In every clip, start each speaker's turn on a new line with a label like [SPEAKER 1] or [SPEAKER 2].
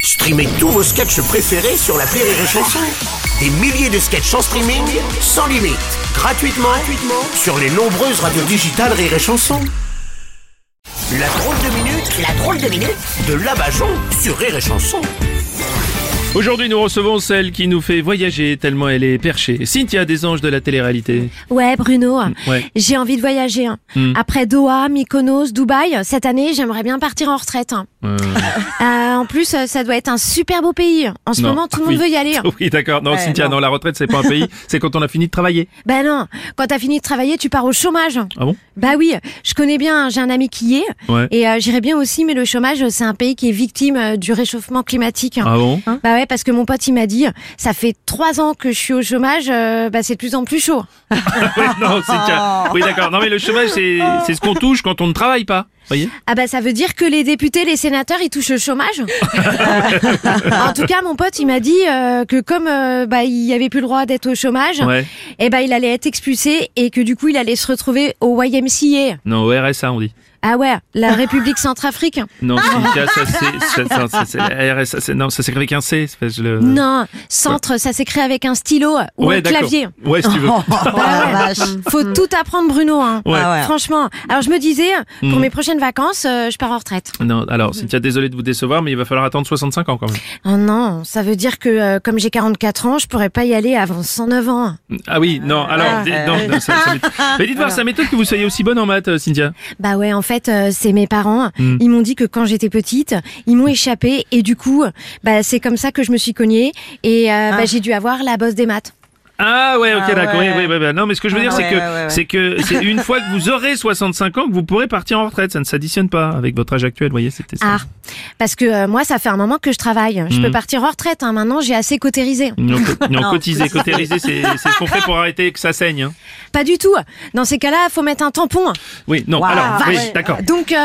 [SPEAKER 1] Streamez tous vos sketchs préférés sur la Rire et Chanson. Des milliers de sketchs en streaming, sans limite, gratuitement, gratuitement sur les nombreuses radios digitales Rire et Chanson. La drôle de minute, la drôle de minute de Labajon sur Rire et Chanson.
[SPEAKER 2] Aujourd'hui, nous recevons celle qui nous fait voyager tellement elle est perchée. Cynthia des anges de la télé-réalité.
[SPEAKER 3] Ouais, Bruno.
[SPEAKER 2] Mm, ouais. Mm.
[SPEAKER 3] J'ai envie de voyager. hein. Après Doha, Mykonos, Dubaï, cette année, j'aimerais bien partir en retraite. hein.
[SPEAKER 2] Euh,
[SPEAKER 3] Euh, en plus, euh, ça doit être un super beau pays. En ce
[SPEAKER 2] non.
[SPEAKER 3] moment, tout le
[SPEAKER 2] Oui.
[SPEAKER 3] monde veut y aller. hein.
[SPEAKER 2] Oui, d'accord. Non,
[SPEAKER 3] Ouais,
[SPEAKER 2] Cynthia, non.
[SPEAKER 3] non.
[SPEAKER 2] la retraite, c'est pas un pays. c'est quand on a fini de travailler.
[SPEAKER 3] Bah non, quand t'as fini de travailler, tu pars au chômage.
[SPEAKER 2] Ah bon
[SPEAKER 3] Bah oui, je connais bien, hein, j'ai un ami qui y est.
[SPEAKER 2] Ouais.
[SPEAKER 3] Et euh, j'irais bien aussi, mais le chômage, c'est un pays qui est victime euh, du réchauffement climatique.
[SPEAKER 2] Ah bon
[SPEAKER 3] Hein bah ouais, parce que mon pote, il m'a dit, ça fait trois ans que je suis au chômage, euh, bah c'est de plus en plus chaud.
[SPEAKER 2] Oui, Non, Cynthia. Oui, d'accord. Non, mais le chômage, c'est c'est ce qu'on touche quand on ne travaille pas. Voyez
[SPEAKER 3] Ah bah ça veut dire que les députés, les sénateurs, ils touchent le chômage. en tout cas, mon pote, il m'a dit euh, que comme euh, bah il y avait plus le droit d'être au chômage,
[SPEAKER 2] Ouais.
[SPEAKER 3] et bah il allait être expulsé et que du coup il allait se retrouver au YMCA.
[SPEAKER 2] Non, au RSA, on dit.
[SPEAKER 3] Ah ouais, la République centrafricaine.
[SPEAKER 2] Non, Cynthia, ça c'est. ça- ça- ça- c'est- la RSA, c'est- non, ça s'écrit avec un C. c'est le-
[SPEAKER 3] Non, centre, ça s'écrit avec un stylo ou
[SPEAKER 2] Ouais,
[SPEAKER 3] un
[SPEAKER 2] d'accord. Oh,
[SPEAKER 3] clavier.
[SPEAKER 2] Ouais, si tu veux.
[SPEAKER 3] Bah ouais. Faut tout apprendre, Bruno. hein.
[SPEAKER 2] Mm. Ouais.
[SPEAKER 4] Ah ouais.
[SPEAKER 3] Franchement. Alors je me disais, pour
[SPEAKER 2] Mm.
[SPEAKER 3] mes prochaines vacances, euh, je pars en retraite.
[SPEAKER 2] Non, alors, Cynthia, désolé de vous décevoir, mais il va falloir attendre 65 ans quand même.
[SPEAKER 3] Oh non, ça veut dire que euh, comme j'ai 44 ans, je pourrais pas y aller avant 109 ans.
[SPEAKER 2] Ah oui, non, alors,
[SPEAKER 4] Ah,
[SPEAKER 2] dis-
[SPEAKER 4] euh,
[SPEAKER 2] non, non, ça, ça m'étonne. Mais dites-moi, ça m'étonne que vous soyez aussi bonne en maths, euh, Cynthia.
[SPEAKER 3] Bah ouais, en fait, euh, c'est mes parents.
[SPEAKER 2] Mm.
[SPEAKER 3] Ils m'ont dit que quand j'étais petite, ils m'ont échappé et du coup, bah c'est comme ça que je me suis cognée et euh, bah, j'ai dû avoir la bosse des maths.
[SPEAKER 2] Ah ouais, ok,
[SPEAKER 4] Ah
[SPEAKER 2] d'accord. Oui,
[SPEAKER 4] ouais.
[SPEAKER 2] oui, oui, oui. Non, mais ce que je veux
[SPEAKER 4] Ah
[SPEAKER 2] dire, c'est
[SPEAKER 4] ouais,
[SPEAKER 2] que,
[SPEAKER 4] ouais, ouais, ouais.
[SPEAKER 2] c'est que, c'est une fois que vous aurez 65 ans, que vous pourrez partir en retraite. Ça ne s'additionne pas avec votre âge actuel, vous voyez, c'était ça.
[SPEAKER 3] Ah, parce que euh, moi, ça fait un moment que je travaille. Je
[SPEAKER 2] Mm.
[SPEAKER 3] peux partir en retraite. hein. Maintenant, j'ai assez cotérisé.
[SPEAKER 2] Non, co- non,
[SPEAKER 4] Non,
[SPEAKER 2] cotiser,
[SPEAKER 4] cotiser.
[SPEAKER 2] cotériser, c'est c'est ce qu'on fait pour arrêter que ça saigne. hein.
[SPEAKER 3] Pas du tout. Dans ces cas-là, faut mettre un tampon.
[SPEAKER 2] Oui, non,
[SPEAKER 4] Waouh,
[SPEAKER 2] alors,
[SPEAKER 3] vache.
[SPEAKER 2] oui, d'accord.
[SPEAKER 3] Donc, euh,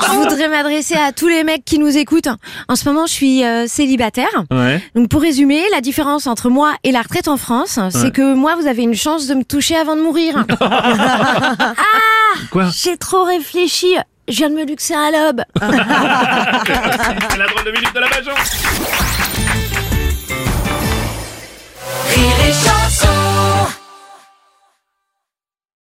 [SPEAKER 3] je voudrais m'adresser à tous les mecs qui nous écoutent. En ce moment, je suis euh, célibataire.
[SPEAKER 4] Ah.
[SPEAKER 2] Ouais.
[SPEAKER 3] Donc pour résumer, la différence entre moi et la retraite en France,
[SPEAKER 2] Ouais.
[SPEAKER 3] c'est que moi, vous avez une chance de me toucher avant de mourir. Ah
[SPEAKER 2] Quoi
[SPEAKER 3] J'ai trop réfléchi. Je viens de me luxer un lobe.
[SPEAKER 2] C'est la drôle de minute de la Bajon.
[SPEAKER 5] Rire et chanson.